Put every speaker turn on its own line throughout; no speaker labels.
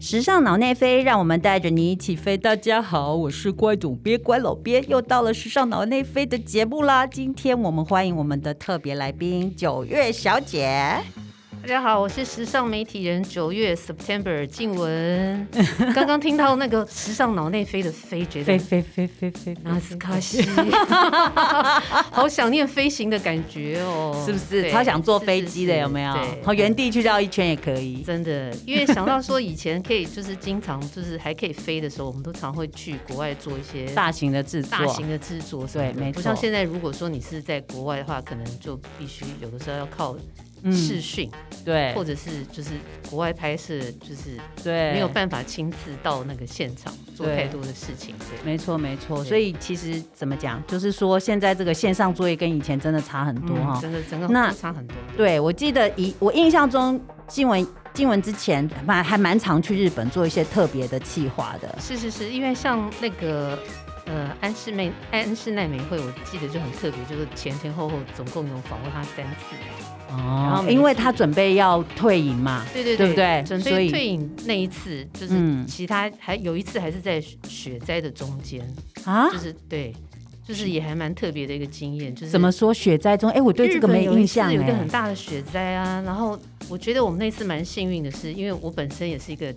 时尚脑内飞，让我们带着你一起飞。大家好，我是乖主编乖老编，又到了时尚脑内飞的节目啦。今天我们欢迎我们的特别来宾九月小姐。
大家好，我是时尚媒体人九月 September 静雯。 刚刚听到那个时尚脑内飞的飞，觉得
飞飞飞飞，
纳斯卡西， 好想念飞行的感觉哦，
是不
对
是超想坐飞机的？
是是是
有没有？
对
然后原地去绕一圈也可以。
真的，因为想到说以前可以，就是经常就是还可以飞的时候，我们都常会去国外做一些
大型的制作，
大型的制作什么的，
对没错
不像现在，如果说你是在国外的话，可能就必须有的时候要靠
嗯
视讯，
对
或者是就是国外拍摄，就是
对，
没有办法亲自到那个现场做
哎对
太多的事情。对，
没错，没错。
对
所以其实怎么讲，就是说现在这个线上作业跟以前真的差很多哈、
嗯真的整个
那
差很多。
对，我记得以我印象中，静雯静雯之前蛮还蛮常去日本做一些特别的企划的。
是是是，因为像那个呃安室妹安室奈美惠，我记得就很特别，就是前前后后总共有访问她三次。然后
哦
每次
因为她准备要退隐嘛，
对对
对不对
准
所
备
以
退隐那一次，就是
嗯
其他还有一次还是在雪灾的中间，
啊
就，是对，就是也还蛮特别的一个经验，就是
怎么说雪灾中？哎，我对这个没印象
日本有一次有一个很
哎。
大的雪灾啊，然后我觉得我们那次蛮幸运的是，因为我本身也是一个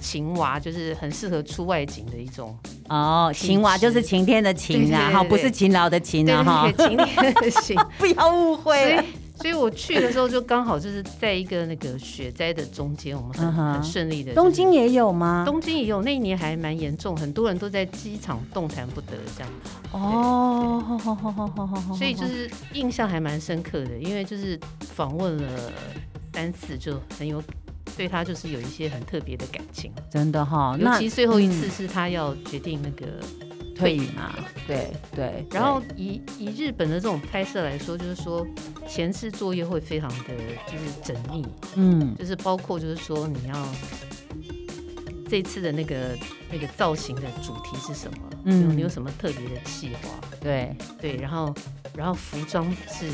晴娃，就是很适合出外景的一种，
哦，晴娃就是晴天的晴
对对
啊，
对
哈，
对
不是勤劳的勤啊，哈
对，对对，晴天的行。
不要误
所
会了。
以，所以我去的时候就刚好就是在一个那个雪灾的中间，我们很、
嗯哼
很顺利的、
东京。也有吗？
东京也有，那一年还蛮严重，很多人都在机场动弹不得这样，
哦，好好好好好好好
所以就是印象还蛮深刻的，因为就是访问了三次，就很有对他就是有一些很特别的感情。
真的哈，
尤
那
其最后一
嗯
次是他要决定那个，
退隐啊，对对，
然后以以日本的这种拍摄来说，就是说前置作业会非常的就是缜密，
对嗯
就是包括就是说你要这次的那个那个造型的主题是什么，
嗯
嗯，你有什么特别的计划，
对
对，然后然后服装是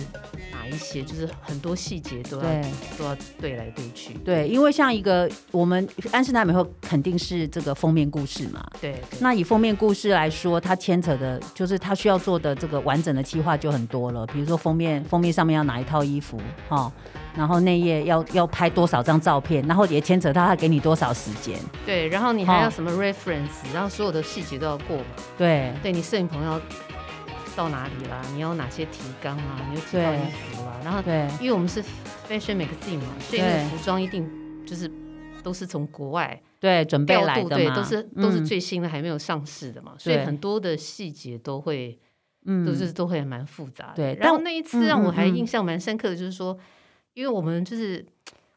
哪一些，就是很多细节都要
对
都要对来对去，
对，因为像一个我们安室奈美惠肯定是这个封面故事嘛。
对，对
那以封面故事来说，它牵扯的就是它需要做的这个完整的企划就很多了，比如说封面，封面上面要哪一套衣服哈、哦，然后内页要要拍多少张照片，然后也牵扯到他给你多少时间，
对，然后你还
哦
要什么 reference，然后所有的细节都要过嘛。
对
对你摄影棚要到哪里啦？你要哪些提纲啊？你有几套
对
衣服啊？然后，
对
因为我们是 fashion magazine 嘛，所以那
对
个服装一定就是都是从国外
对，准备
调
来
度，
的
对，
嘛，
都是都是
嗯
最新的，还没有上市的嘛，所以
对
很多的细节都会，
嗯
都就是都会蛮复杂的。
对
然后
但
那一次
嗯
让
嗯
我还
嗯
印象蛮深刻的，就是说，因为我们就是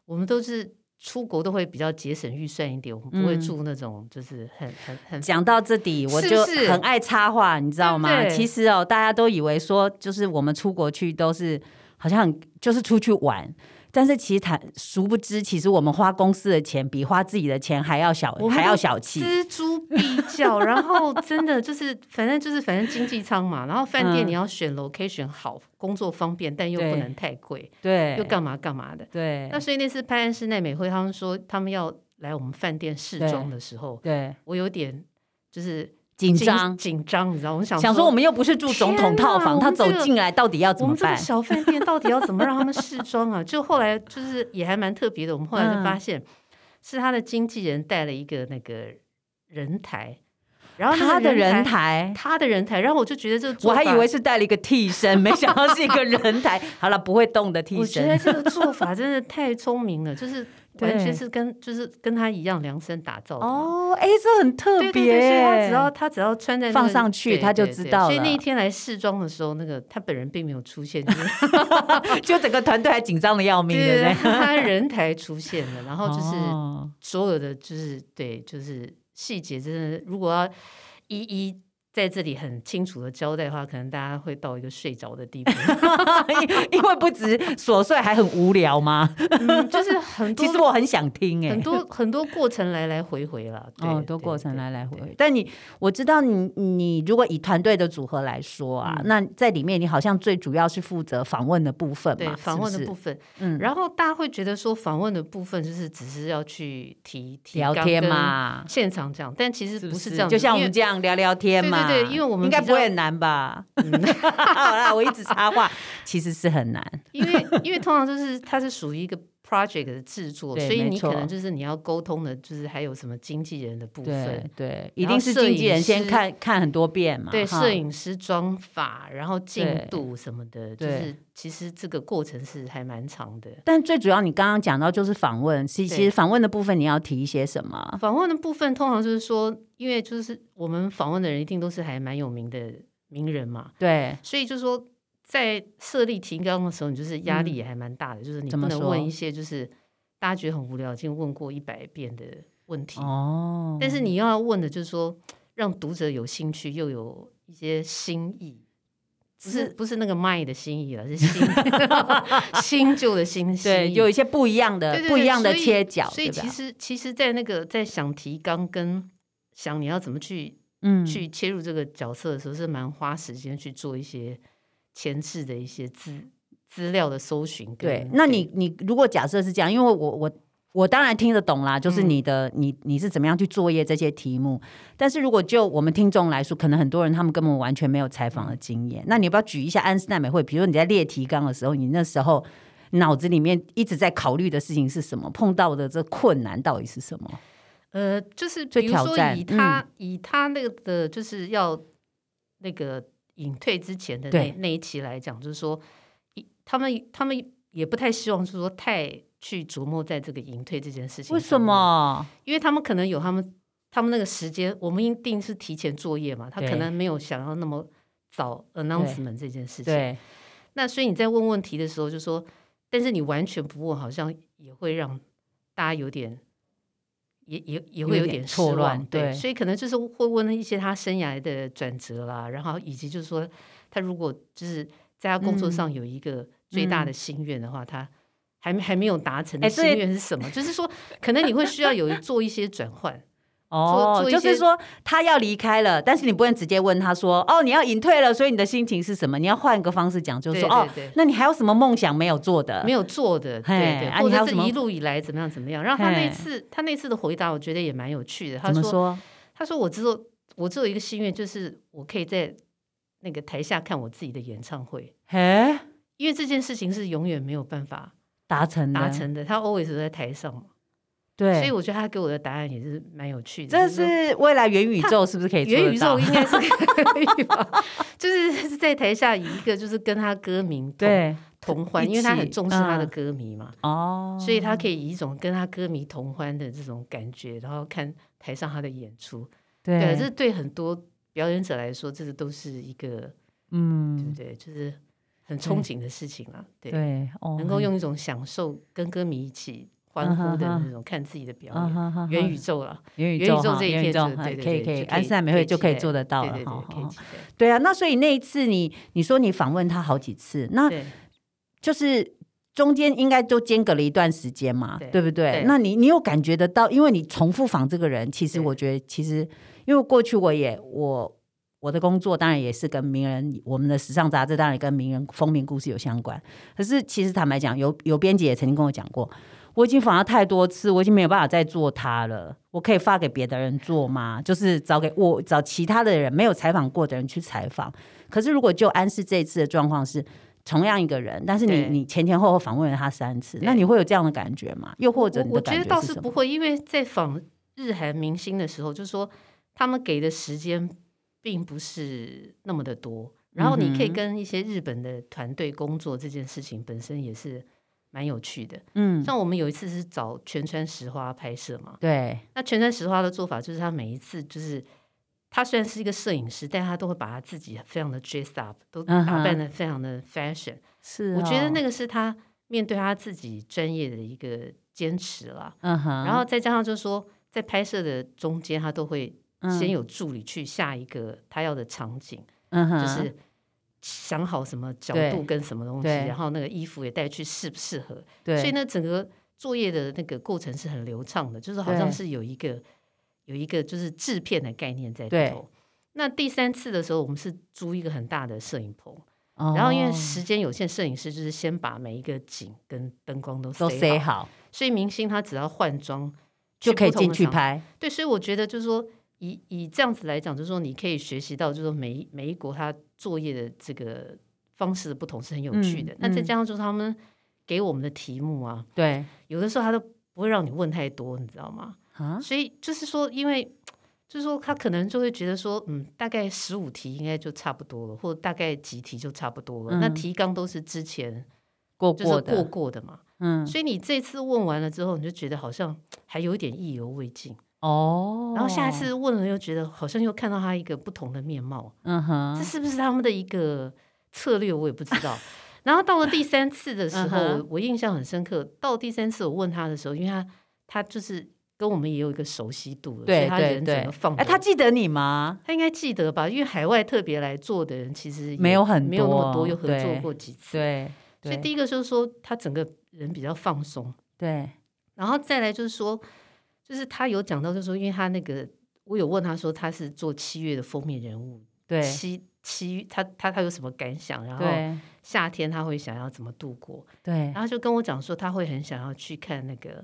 我们都是。出国都会比较节省预算一点，我们不会
嗯
住那种就是很很很
讲到这里，我
是
就
不是
很爱插话，你知道吗？
对不对
其实哦，大家都以为说，就是我们出国去都是好像很就是出去玩，但是其实坦殊不知，其实我们花公司的钱比花自己的钱还要小
我，们
还要小气。
锱铢必 较，然后真的就是，反正就是反正经济舱嘛，然后饭店
嗯
你要选 location 好，工作方便，但又
对
不能太贵，
对
又，干嘛干嘛的。
对
那，所以那次拍安室奈美惠他们说他们要来我们饭店试妆的时候，
对，
我有点就是
紧张，
紧张，你知道，我想
想说我们又不是住总统套
天哪我
房，
们
他走
这个
进来到底要怎
我
么
们这个
办？
小饭店到底要怎么让他们试妆啊？ 就后来就是也还蛮特别的，我们后来就发现、是他的经纪人带了一个那个人台，然后那个
他的人
人
台。
他的人台，然后我就觉得这个做
我
法
还以为。是带了一个替身， 没想到是一个人台。好了，不会动的替
我觉得
身。
这个做法真的太聪明 了，就是
对
完全是跟就是跟他一样量身打造的嘛。
哦，哎，这很特
对
别。
对对，所以他只要他只要穿在那个
放上去
对对
他就
对
知道
所以
了
那一天来试妆的时候，那个他本人并没有出现，就 是
就整个团队还紧张的要命，对不对？
对 他人台出现了，然后就是
哦
所有的就是对，就是细节，真的如果要一一在这里很清楚的交代的话，可能大家会到一个睡着的 地步。
因为不止琐碎，还很无聊吗？
嗯，就是很多
其实我很想听哎、
很多很多过程来来回回啦，对
哦，多
对
过程
对
来来回
对
回。但你我知道你你如果以团队的组合来说
嗯
啊，那在里面你好像最主要是负责访问的部分嘛，
对访问的部
分，
分，
嗯，
然后大家会觉得说访问的部分就是只是要去提提
聊
纲
天
跟
嘛，
现场这样，但其实
是
不是这样子，
就像我
因为
们这样聊聊天嘛，
对对对因为我们
应该
比
不会
较嗯
很难吧？ 好啦，我一直插话，其实是很难，
因为因为通常就是它是属于一个 project 的制作，
对
所以
没
你
错
可能就是你要沟通的，就是还有什么经纪人的部分
对，对，一
然后
定是
摄
经纪
影
人先
师
看看很多遍嘛，
对
哈
摄影师装法，然后进度什么的，就
对
是其实这个过程是还蛮长的。
但最主要，你刚刚讲到就是访问，其
对
其实访问的部分你要提一些什么？
啊访问的部分通常就是说，因为就是我们访问的人一定都是还蛮有名的名人嘛，
对，
所以就是说在设立提纲的时候，你就是压力也还蛮大的，就是你
嗯怎
不
么
能
说
问一些就是大家觉得很无聊，已经问过一百遍的问题。
哦，
但是你要问的就是说，让读者有兴趣，又有一些新意，不是
是
不是那个卖的新意了，是新 新旧的新新
对，
意
有一些不一样的、
对对对
不一样的
所以
切角，
所以
对吧
其？实其实，在那个在想提纲跟想你要怎么去、
嗯，
去切入这个角色的时候，是蛮花时间去做一些前置的一些资资料的搜寻跟。
对。那你你如果假设是这样，因为我我我当然听得懂啦，就是你的、你你是怎么样去作业这些题目。但是如果就我们听众来说，可能很多人他们根本完全没有采访的经验。那你要不要举一下安室奈美惠？比如说你在列提纲的时候，你那时候。脑子里面一直在考虑的事情是什么？碰到的这困难到底是什么？
呃，就是
最
比如
挑
说
战嗯
以他、以他那个的，就是要那个隐退之前的
对
那那一期来讲，就是说，一他们他们也不太希望，就是说太去琢磨在这个隐退这件事情。
为什？么？
因为他们可能有他们他们那个时间，我们一定是提前作业嘛，他可
对
能没有想要那么早 announcement 这件事情。
对，
那所以你在问问题的时候，就说，但是你完全不问，好像也会让大家有点。也也也会
有
有
点
点失
错
望
乱
对，
对
所以可能就是会问一些他生涯的转折啦，然后以及就是说，他如果就是在他工作
嗯
上有一个最大的心愿的话，他还没还没有达成的
哎
心
这
愿是什么？就是说，可能你会需要有做一些转换，
哦，
做一
就
些
是说他要离开了，但是你不能直接问他说：“哦，你要隐退了，所以你的心情是什么？”你要换个方式讲， 就是说：“
对对
哦
对，
那你还有什么梦想没有做的？”
没有做的，对
嘿
对，
啊
或
你还
者
有
是
什么
一路以来怎么样怎么样。然后他
嘿
那次他那次的回答，我觉得也蛮有趣的。他
怎么
说
说？
他说我只有我只有一个心愿，就是我可以在那个台下看我自己的演唱会，
嘿，
因为这件事情是永远没有办法
达成了
达，成的。他 always 都在台上嘛，所以
对，
我觉得他给我的答案也是蛮有趣的。
这
就是说
是未来元宇宙是不是可以做得到
元宇宙应该是 可以吧？就是在台下以一个就是跟他歌迷同
对
同欢，
一
因为他很
起
重视他的
嗯
歌迷嘛，
哦，
所以他可以以一种跟他歌迷同欢的这种感觉，然后看台上他的演出。对，
对，
这对很多表演者来说，这个都是一个，对
嗯
不，对？就是很憧憬的事情啦。对，
对，哦，
能够用一种享受跟歌迷一起
嗯
欢呼的那种看自己的表
啊
演，
哈哈哈
元宇宙啦，
元宇
元宇宙
哈
这一
元宇
片
宙
就
哈
对对
可以
对
可以，
就可以
安室奈美惠就可以
期待
做得到
对
了，
对
好
对，可以
好
期待。
对啊，那所以那一次你你说你访问他好几次，那
对，
就是中间应该都间隔了一段时间嘛，
对
不对？
对
那你你有感觉得到，因为你重复访这个人，其实
对
我觉得，其实因为过去我也我我的工作当然也是跟名人，我们的时尚杂志当然也跟名人封面故事有相关。可是其实坦白讲，有有编辑也曾经跟我讲过，我已经访他太多次，我已经没有办法再做他了。我可以发给别的人做吗？就是找给我找其他的人没有采访过的人去采访。可是如果就安室这一次的状况是。同样一个人，但是你
对
你前前后后访问了他三次，
对
那你会有这样的感觉吗？又或者
我
你
我
的
觉
感
得倒
是
是
什
不
么？
会，因为在访日韩明星的时候，就是说他们给的时间并不是那么的多，然后你可
嗯
以
哼
跟一些日本的团队工作，这件事情本身也是蛮有趣的。
嗯，
像我们有一次是找全川石花拍摄嘛，
对，
那全川石花的做法就是他每一次就是。他虽然是一个摄影师，但他都会把他自己非常的 dress up，都
嗯哼
打扮的非常的 fashion。
是哦
我觉得那
个，
个是他面对他自己专业的一个坚持啦。
嗯哼，
然后再加上就是说，在拍摄的中间，他都会先有助理去下一个他要的场景，
嗯哼，
就是想好什么角
对
度跟什么东西，
对
然后那个衣服也带去适不适合，所
对，
以呢，整个作业的那个过程是很流畅的，就是好像
对
是有一个有一个就是制片的概念在
对
里头。那第三次的时候，我们是租一个很大的摄影棚，
哦
然后因为时间有限，摄影师就是先把每一个景跟灯光都
都
塞
塞
好，
好
所以明星他只要换装
就可以
不同
进
的
去
场
拍，
对，所以我觉得就是说，以以这样子来讲，就是说你可以学习到，就是说每一每一国他作业的这个方式的不同是很有趣的。
嗯
那再
嗯
加上就是他们给我们的题目啊，
对
有的时候他都不会让你问太多，你知道吗？
啊，
所以就是说，因为就是说他可能就会觉得说，嗯，大概十五题应该就差不多了，或者大概几题就差不多了。那
嗯
提纲都是之前
过
就是
过
过
的，
过的嘛，
嗯，
所以你这次问完了之后，你就觉得好像还有一点意犹未尽。
哦，
然后下一，次问了又觉得好像又看到他一个不同的面貌，
嗯
这
哼，
是不是他们的一个策略？我也不知道。然后到了第三次的时候，
嗯哼
我我印象很深刻。到第三次我问他的时候，因为他他就是跟我们也有一个熟悉度了，所以
对
他
对
人整
对
个放，
哎，
得
他记得你吗？
他应该记得吧？因为海外特别来做的人其实也
没有很
没有那么
多
多，又合作
对
过几次。
对，
所以
对
第一个就是说他整个人比较放松，
对，
然后再来就是说，就是他有讲到，就是说，因为他那个，我有问他说他是做七月的封面人物，
对
七七他他他有什么感想？然后
对
夏天他会想要怎么度过？
对
然，后就跟我讲说，他会很想要去看那个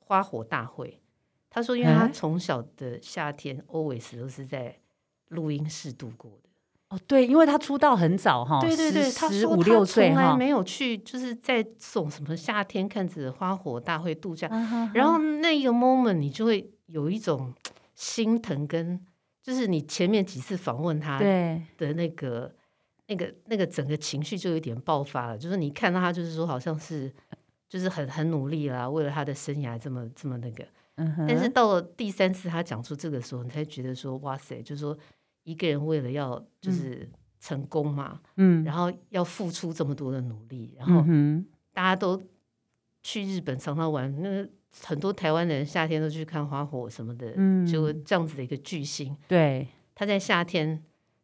花火大会。他说，因为他
嗯
从小的夏天 always 都是在录音室度过的。
哦对，因为他出道很早哈，
对对对，他
哦十
说
五
他
六岁
从来
哈，
没有去，就是在这种什么夏天看着花火大会度假，
嗯哼
然后那一个 moment，你就会有一种心疼跟，就是你前面几次访问他
对
的那个、那个、那个整个情绪就有点爆发了。就是你看到他，就是说好像是，就是很很努力啦，为了他的生涯这么这么那个。
嗯哼，
但是到了第三次他讲出这个时候，你才觉得说哇塞，就是说一个人为了要就是成功嘛，
嗯，
然后要付出这么多的努力，然后
嗯哼，
大家都去日本常常玩，那很多台湾人夏天都去看花火什么的，
嗯
就这样子的一个巨星，
对，
他在夏天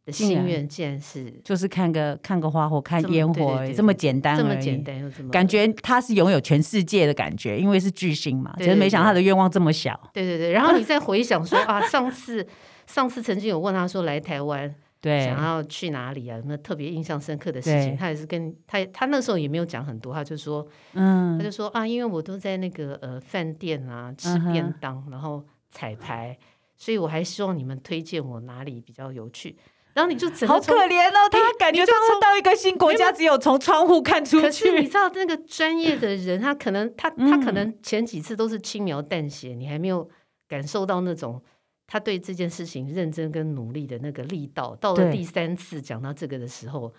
的
竟
心
然
愿竟然是
就是看个看个花火，看
这么
烟
对
火
对
而已，
对
这么
对
简单，
这么简。单又这么
感。觉他是拥有全世界的感觉，因为是巨星嘛，
对
只是没
对
想到他的愿望这么小。
对对对，然后你再回想说啊，上次上次曾经有问他说来台湾
对
想要去哪里啊，有没有特别印象深刻的事
对
情？他也是跟他他那时候也没有讲很多，他就说他
嗯，
就说啊，因为我都在那个呃饭店啊吃
嗯哼
便当，然后彩排，所以我还希望你们推荐我哪里比较有趣。然后你就整
好
个
可
从，哎
怜哦，他感觉
你就
上会到一个新国家，只有从窗户看出
可是你
去。
知道那个专业的人，他可能他
嗯
他可能前几次都是轻描淡写，你还没有感受到那种。他对这件事情认真跟努力的那个力道，到了
对
第三次讲到这个的时候，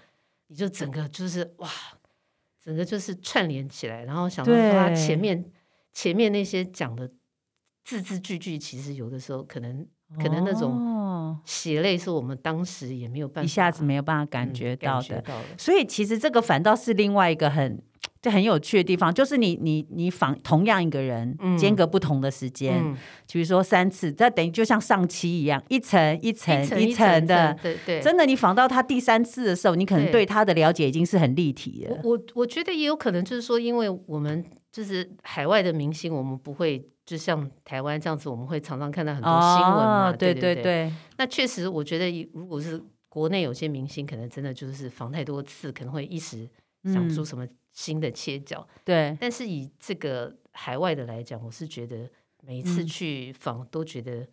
你就整个就是哇，整个就是串联起来，然后想到说他
对
前面前面那些讲的字字句句，其实有的时候可能可能那种
种
血泪是我们当时也没有办法
哦一下子没有办法
嗯
感觉到的，
到的
所以其实这个反倒是另外一个很就很有趣的地方，就是你你你访同样一个人，
嗯
间隔不同的时间，
嗯
比如说三次，这等于就像上期一样，一层一层
一层
一层的。
对对。
真的，你访到他第三次的时候，你可能
对
对他的了解已经是很立体了。
我我我觉得也有可能就是说，因为我们就是海外的明星，我们不会就像台湾这样子，我们会常常看到很多新闻嘛，
哦对
对
对。
那确实，我觉得如果是国内有些明星，可能真的就是访太多次，可能会一时想
嗯
不出什么新的切角。
对
但是以这个海外的来讲，我是觉得每一次
嗯
去访都觉得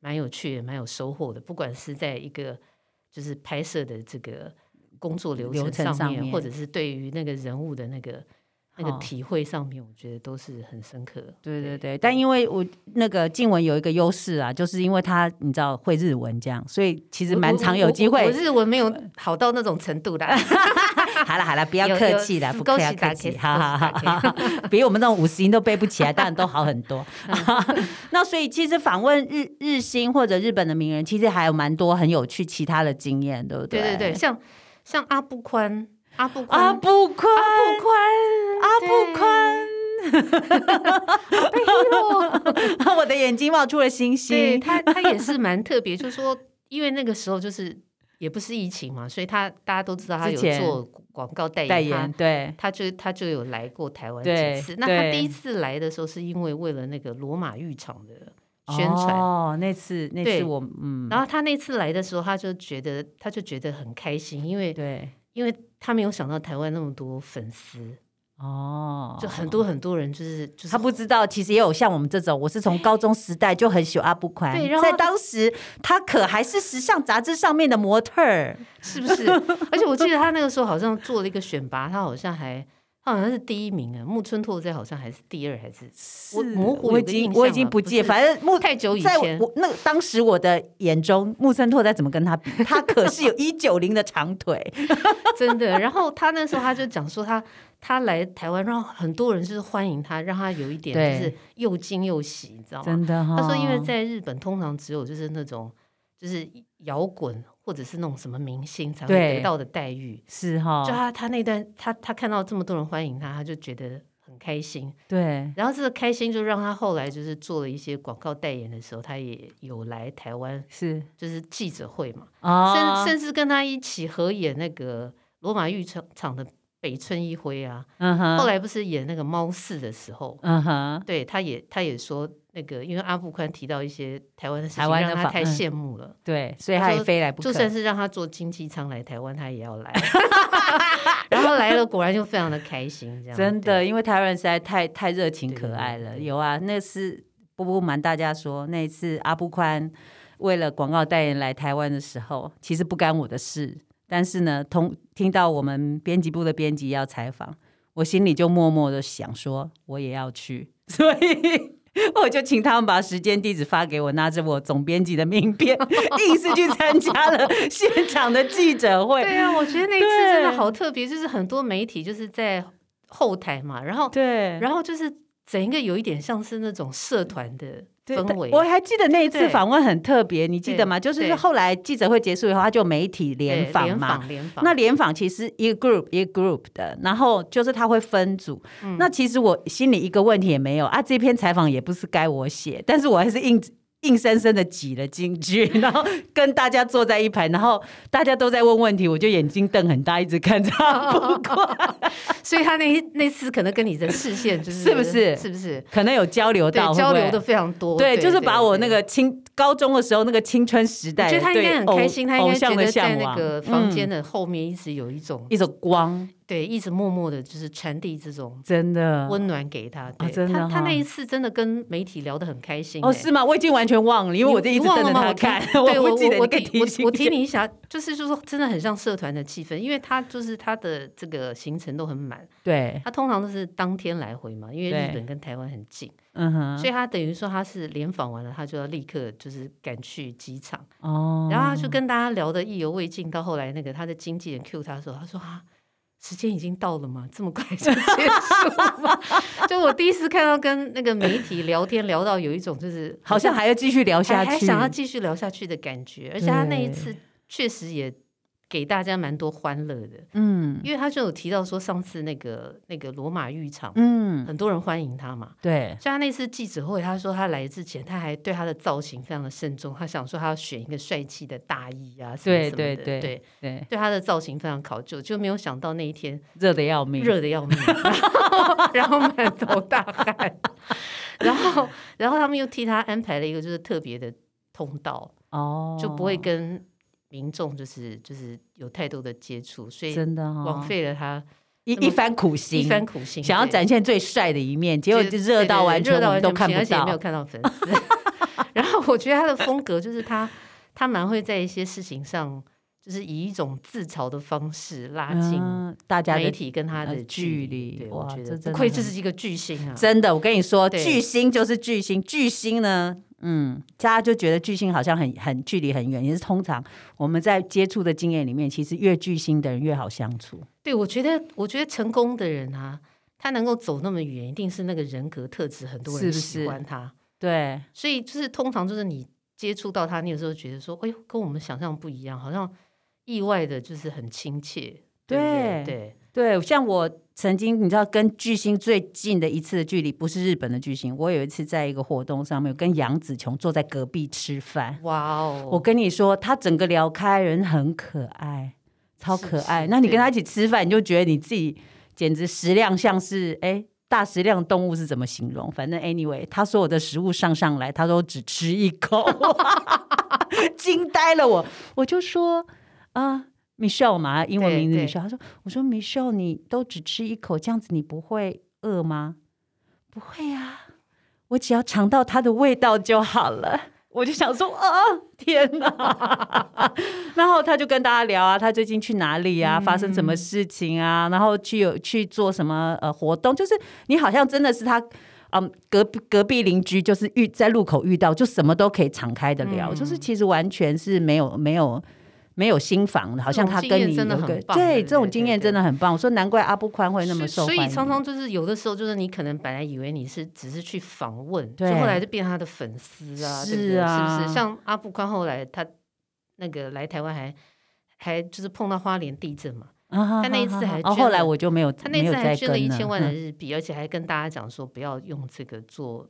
蛮有趣、也蛮有收获的，不管是在一个就是拍摄的这个工作流
流
程
程
上面，
上面
或者是对于那个人物的那个那
好
个体会上面，我觉得都是很深刻。
对对对，但因为我那个静文有一个优势啊，就是因为他你知道会日文这样，所以其实
我
蛮
我
常
我
有机
我
会
我。日文没有 好到那种程度啦，
好了好了，不要
有
客
有
气啦，
四
不
勾
客要
起打
客气，
K，
好好好
四勾起
好
打
好， 比我们这种五十音都背不起来，当然都好很 多。 那所以其实访问日日星或者日本的名人，其实还有蛮多很有趣其他的经验，对不
对对
对
对，像像阿布宽，阿布宽，
阿布宽，
阿布宽，
阿布宽， 我的眼睛冒出了星
对
星。
他，他也是蛮特 别，就是说，因为那个时候就是也不是疫情嘛，所以他大家都知道他
之
有
前
做广告代言，
代言
他
对，
他就他就有来过台湾
对
几次。那他
对
第一次来的时候，是因为为了那个罗马浴场的宣传，
哦，那次那次
对
我嗯，
然后他那次来的时候，他就觉得他就觉得很开心，因为
对
因为他没有想到台湾那么多粉丝，
哦，
就很多很多人就是就是
他不知道，其实也有像我们这种，我是从高中时代就很喜欢阿布宽
对然，后
在当时他可还是时尚杂志上面的模特儿，
是不是？ 而且我记得他那个时候好像做了一个选拔，他好像还他好像是第一名啊，木村拓哉好像还是第二还是我模糊
我
有
已
个
经
印象
我已经
了
不
不
记，
是
反正木
太久以
在
前
我那个当时我的眼中，木村拓哉怎么跟他 比？他可是有一九零的长腿，
真的。然后他那时候他就讲说他他来台湾，让很多人就是欢迎他，让他有一点
对
就是又惊又喜，你知道吗？
真的哦哈
他说因为在日本通常只有就是那种就是摇滚或者是那种什么明星才会
对
得到的待遇。
是哈
就，他他那段他他看到这么多人欢迎他，他就觉得很开心。
对，
然后这个开心就让他后来就是做了一些广告代言的时候，他也有来台湾，
是
就是记者会嘛，
哦，
甚甚至跟他一起合演那个罗马浴场场的北村一辉啊。
嗯哼，
后来不是演那个猫四的时候，
嗯哼，
对，他也他也说那个，因为阿布宽提到一些台湾的事
台
情，
湾的
让他
访
太
嗯
羡慕了。
对，所以
他
他也
说
非来不可
就，算是让他坐经济舱来台湾，他也要 来。然后来了，果然就非常的开心，这样
真的，
对
因为台湾人实在太太热情
对
可爱了。
对
有啊，那次不不瞒大家说，那一次阿布宽为了广告代言来台湾的时候，其实不干我的事，但是呢，通听到我们编辑部的编辑要采访，我心里就默默的想说，我也要去， 所以。我就请他们把时间、地址发给我，拿着我总编辑的名片， 硬是去参加了现场的记者会。
对啊，我觉得那一次真的
对
好特别，就是很多媒体就是在后台嘛，然后
对，
然后就是整个有一点像是那种社团的
对
氛
但
围，
我还记得那一次
对
访问很特别，你记得吗？就是
对
后来记者会结束以后，他就媒体
对
联访嘛。，
联访
那联访其实一个 group 一个 group 的，然后就是他会分组。
嗯
那其实我心里一个问题也没有啊，这篇采访也不是该我写，但是我还是硬硬生生的挤了进去， 然后跟大家坐在一排，然后大家都在问问题，我就眼睛瞪很大，一直看着
哦
他。不 过
所以他那一那次可能跟你的视线就是
是不是
是不是
可能有交流
对
到
交
会不
流
会
的非常多，
对，就是把我
哦对
那个青高中的时候那个青春时代，
我觉得他应该
对
很
偶
开心，他应
偶
该觉
像
得
的
在
向
那
往嗯
个房间的后面一直有一种、
一种光，
对，一直默默的就是传递这种
真的。
温暖给他。对，
啊真的
他他
哈
那一次真的跟媒体聊得很开心、
哦，
欸
是吗？我已经完全忘了，因为我
你
就一直
你忘
瞪
了
着
吗
他
我提
看，
对我
不记得
我
你可以
提我
提醒
我提你一下，就是就是说真的很像社团的气氛，因为他就是他的这个行程都很满，
对，
他通常都是当天来回嘛，因为
对
日本跟台湾很近，
嗯哼，
所以他等于说他是联访完了，他就要立刻就是赶去机场。
哦，
然后他就跟大家聊得意犹未尽，到后来那个他的经纪人 Q 他说，他说啊，时间已经到了吗？这么快就结束了吗？ 就我第一次看到跟那个媒体聊天聊到有一种就是
好像还要继续聊
还
下
还
去，
想要继续聊下去的感觉，而且他那一次确实也给大家蛮多欢乐的，
嗯
因为他就有提到说上次那个那个罗马浴场、
嗯，
很多人欢迎他嘛，
对，
所以他那次记者会，他说他来之前，他还对他的造型非常的慎重，他想说他要选一个帅气的大衣啊，什么
对
什么
对
的
对
对
对，
对他的造型非常考究，就没有想到那一天
热的要命，
热的要命， 然后满头大汗， 然后然后他们又替他安排了一个就是特别的通道，
哦，
就不会跟民众就是就是有太多的接触，所以
真的哈，
枉费了他
一
那么
一番苦
一
心，
番苦心，
想要
对
展现最帅的一面，结果就热到完全
热
我
到
们
完
都
全
看
行
不
而且也没有
到，
看到粉丝。 然后我觉得他的风格就是他，他蛮会在一些事情上，就是以一种自嘲的方式拉近
嗯，大家
媒
的
体跟他
呃
的
距
距
离
对，
哇
我觉
这
得
真
不
的
愧
很
这是一个巨星啊！
真的，我跟你说，
对
巨星就是巨星，巨星呢，嗯，大家就觉得巨星好像很很距离很远，也是通常我们在接触的经验里面，其实越巨星的人越好相处，
对，我觉得我觉得成功的人啊，他能够走那么远，一定是那个人格特质，很多
是
人
不
喜
是
欢他。
对，
所以就是通常就是你接触到他，你有时候觉得说，哎呦，跟我们想象不一样，好像意外的就是很亲切，对不
对
对对
对，像我曾经你知道跟巨星最近的一次的距离不是日本的巨星，我有一次在一个活动上面跟杨紫琼坐在隔壁吃饭，
哇哦，
我跟你说，她整个聊开，人很可爱，超可爱。
是是
那你跟
对
她一起吃饭，你就觉得你自己简直食量像是哎。大食量动物是怎么形容？反正 anyway，她所有的食物上上来，她都只吃一 口，惊呆了我。我就说啊，Michelle 嘛，英文
对
名字
对
Michelle，她说我说 Michelle，你都只吃一口，这样子你不会饿吗？不会啊，我只要尝到它的味道就好了。我就想说，啊， 天哪！ 然后他就跟大家聊啊，他最近去哪里啊，发生什
嗯
么事情啊，然后去有去做什么呃活动，就是你好像真的是他，嗯，隔壁隔壁邻居就是遇在路口遇到，就什么都可以敞开的聊，
嗯
就是其实完全是没有没有。没有心防的，好像他
这
跟
种经
你有
验真的
个
很棒对对
这种经验真的很棒。我说难怪阿布宽会那么
所
受
以
欢
所以
迎，啊
常常就是有的时候，就是你可能本来以为你是只是去访问，就
对
后来就变成他的粉丝啊，对不
是
对
啊
是不是？像阿布宽后来他那个来台湾还还就是碰到花莲地震嘛，
啊
他那一次还
哦，
捐
后
了
来我就没有，
他那
没有
次还
再
捐了
跟
一千万的
嗯
日币，而且还跟大家讲说不要用这个做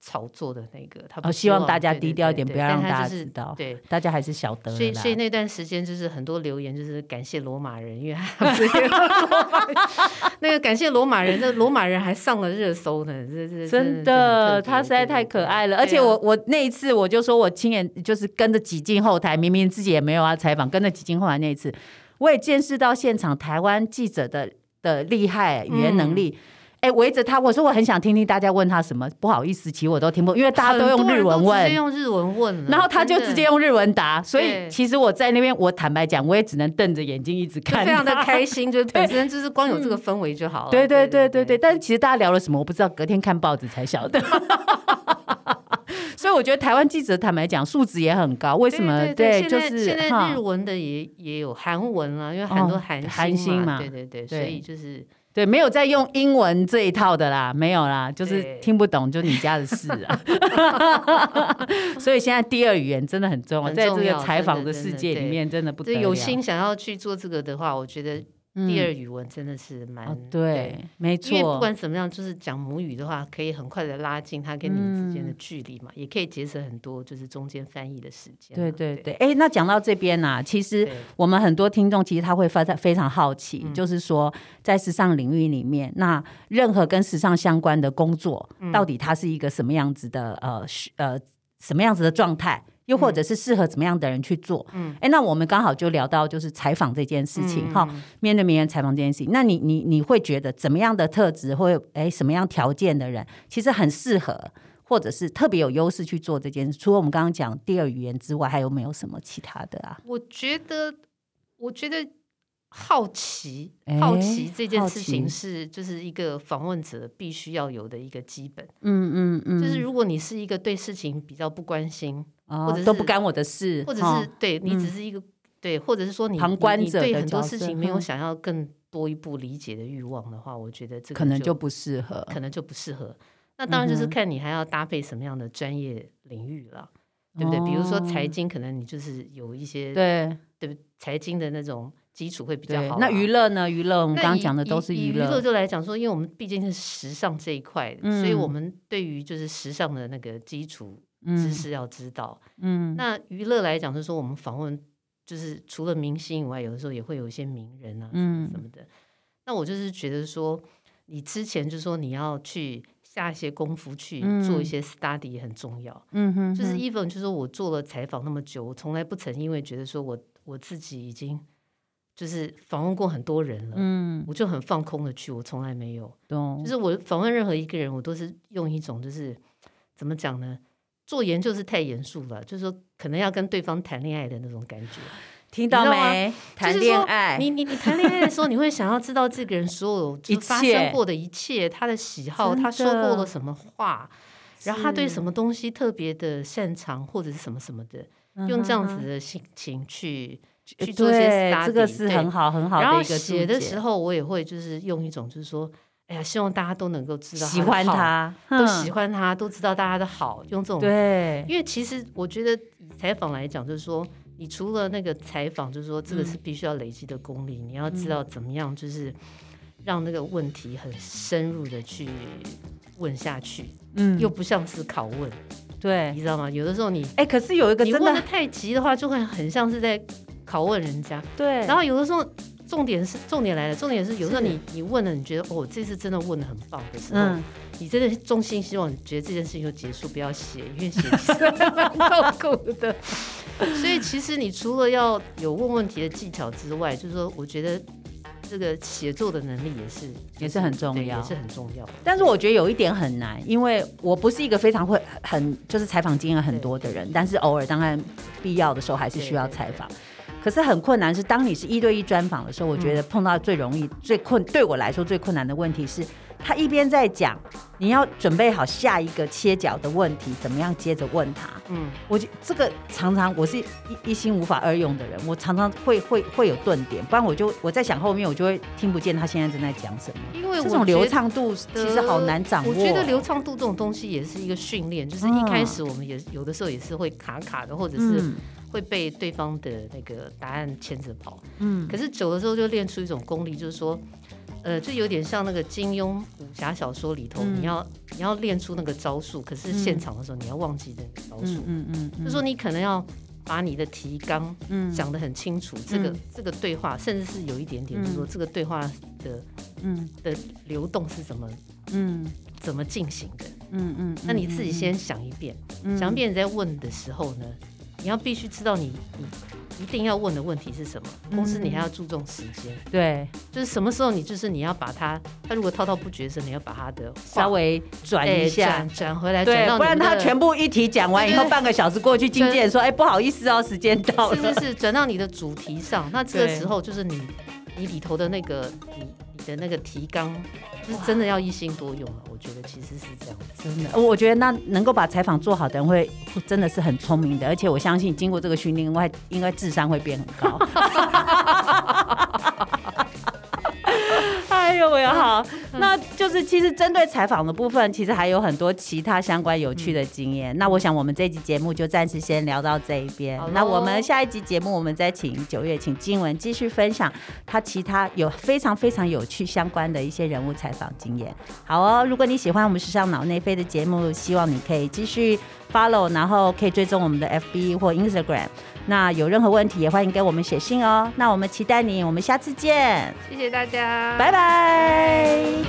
炒作的那个，他不
哦希望大家低调一点
对对
不要
对
让
但他
大
就
家
是
知道
对，
大家还是晓得了啦。
所以，所以那段时间就是很多留言，就是感谢罗马人，因为他 这个罗马人那个感谢罗马人，这罗马人还上了热搜呢，这这
真
的
的，他实在太可爱了。而且我、
我
我那一次我就说我亲眼就是跟着挤进后台，明明自己也没有要采访，跟着挤进后台那一次，我也见识到现场台湾记者的的厉害语言
嗯
能力。哎，围着他，我说我很想听听大家问他什么，不好意思，其实我都听不懂，因为大家都用日文问，
用日文问了，
然后他就
真的
直接用日文答，所以
对
其实我在那边，我坦白讲，我也只能瞪着眼睛一直
就
看，
非常的开心，就本身就是光有这个氛围就好了。
对对对对
哦对
对，但是其实大家聊了什么，我不知道，隔天看报纸才晓得。 所以我觉得台湾记者坦白讲，素质也很高。为什么？
对对
就
现在现
是
在
哈
日，文的也也有韩文啊，因为很多
哦
韩
韩星嘛
嘛，对对对，所
对
以就是
对，没有在用英文这一套的啦，没有啦，就是
对
听不懂就你家的事啊。 所以现在第二语言真的很重要，
很
在这
重
个
要
采
真的
访的
真
世
的
界里
对
面，真的不
这
得了。
有心想要去做这个的话，我觉得第二
嗯
语文真的是蛮、
哦，对，没
因为不
错，
管怎么样，就是讲母语的话，可以很快的拉近它跟你之间
嗯
的距离嘛，也可以节省很多就是中间翻译的时间嘛。
对对对。
对
哎，那讲到这边呐，其实
对
我们很多听众其实他会发在非常好奇，
嗯
就是说在时尚领域里面，那任何跟时尚相关的工作，
嗯
到底它是一个什么样子的呃需呃什么样子的状态？又或者是适合怎么样的人去做？嗯
嗯，
哎，那我们刚好就聊到就是采访这件事情
嗯
哈、
嗯
面对名人采访这件事情，那你你你会觉得怎么样的特质或哎什么样条件的人，其实很适合，或者是特别有优势去做这件事？除了我们刚刚讲第二语言之外，还有没有什么其他的啊？
我觉得，我觉得好奇，
哎
好奇这件
好
事情
奇
是就是一个访问者必须要有的一个基本，
嗯嗯嗯，
就是如果你是一个对事情比较不关心，
哦
或者
都不
是
干我的事，
或者
哈
是对你只是一个、对，或者是说你
哦嗯旁
你
观
你
者
对
的
很多
角
事
色
情没有
嗯
想要更多一步理解的欲望的话，我觉得这个
可能就
就
不适合。
可能就不适合。那当然就是
嗯哼
看你还要搭配什么样的专业领域了，对不对？比如说财
哦
经，可能你就是有一些
对
对不财经的那种基础会比较
对
好啊。，
那娱乐呢？娱乐我
那
们
以，
刚刚讲的
以
都是
以
娱
娱
乐，
就来讲说，因为我们毕竟是时尚这一块，所以我
嗯
们对于就是时尚的那个基础知
嗯
识要知道。
嗯
那娱乐来讲，就是说我们访问，就是除了明星以外，有的时候也会有一些名人啊，什么
嗯
什么的。那我就是觉得说，你之前就说你要去下一些功夫去做
嗯
一些 study 也很重要。
嗯哼，
就是
哼
even 就是我做了采访那么久，我从来不曾因为觉得说我我自己已经就是访问过很多人了，
嗯
我就很放空的去，我从来没有。
懂，
就是我访问任何一个人，我都是用一种就是怎么讲呢？做研究是太严肃了，就是说可能要跟对方谈恋爱的那种感觉。
听
你
到
知道吗
没？
就是
谈
说
恋爱，
你你你谈恋爱的时候，你会想要知道这个人所 有
哎一
就发
切
生过的一切，他的喜好，
真
他说过
的
了什么话，然后他对什么东西特别的擅长，或者是什么什么的，
嗯
用这样子的心情去
呃
去做一些
对
study，
这个是
对
很好很好
然后
一个
写
注
的
解
时候，我也会就是用一种就是说，哎呀，希望大家都能够知道
喜
的
欢
好，
他，
都
哼
喜欢他，都知道大家的好，用这种。
嗯对，
因为其实我觉得以采访来讲，就是说你除了那个采访，就是说这个是
嗯
必须要累积的功力，你要知道怎么样，就是让那个问题很深入的去问下去，
嗯，
又不像是拷问，
对
你，知道吗？有的时候你
哎、可是有一个
你
真
问的
的
太急的话，就会很像是在拷问人家。
对，
然后有的时候，重点是重点来了，重点是有时候
是
你你问了，你觉得哦，这次真的问的很棒的时候，
嗯，
你真的衷心希望你觉得这件事情就结束，不要写，因为写是蛮 痛苦的。所以其实你除了要有问问题的技巧之外，就是说，我觉得这个写作的能力也是
也是很重
对
要
也。是很重要。
但是我觉得有一点很难，因为我不是一个非常会很就是采访经验很多的人，但是偶尔当然必要的时候还是需要采访。可是很困难是，当你是一对一专访的时候，我觉得碰到最容易、最困对我来说最困难的问题是，他一边在讲，你要准备好下一个切角的问题，怎么样接着问他。
嗯，
我就这个常常我是一一心无法二用的人，我常常会会会有顿点，不然我就我在想后面我就会听不见他现在正在讲什么。
因为
这
我
种
觉
流
得
畅度其实好难掌握。
我觉得流畅度这种东西也是一个训练，就是一开始我们也、有的时候也是会卡卡的，或者是
嗯
会被对方的那个答案牵着跑。
嗯
可是久了之后就练出一种功力，就是说，呃，就有点像那个金庸武侠小说里头，
嗯
你要你要练出那个招数，可是现场的时候你要忘记那个招数，
嗯嗯嗯，
就说你可能要把你的提纲
嗯
讲得很清楚，这个
嗯
这个对话甚至是有一点点，就是说
嗯
这个对话的
嗯
的流动是怎么
嗯
怎么进行的。
嗯嗯，
那你自己先想一遍，想一遍你在问的时候呢，你要必须知道你你一定要问的问题是什么，
嗯
同时你还要注重时间，
对，
就是什么时候你就是你要把它，他如果滔滔不绝时，你要把他的话
稍微转
哎
一下
转。转回来，转
对
到，你
不然
们
他
的
全部一题讲完以后，
对对
半个小时过去，经纪人说：“哎，不好意思哦，时间到
是
了。
是是转到你的主题上，那这个
对
时候就是你你里头的那个你你的那个提纲，就是真的要一心多用了，啊我觉得其实是这样子，真的。
我我觉得那能够把采访做好的人会会真的是很聪明的，而且我相信经过这个训练，应该应该智商会变很高。 哎呦喂，好，
嗯
那就是其实针对采访的部分，其实还有很多其他相关有趣的经验。那我想我们这集节目就暂时先聊到这一边
嗯好咯。
那我们下一集节目，我们再请九月请金文继续分享他其他有非常非常有趣相关的一些人物采访经验。好哦，如果你喜欢我们时尚脑内飞的节目，希望你可以继续 follow，然后可以追踪我们的 FB 或 Instagram。那有任何问题也欢迎给我们写信哦。那我们期待你，我们下次见，
谢谢大家，
拜拜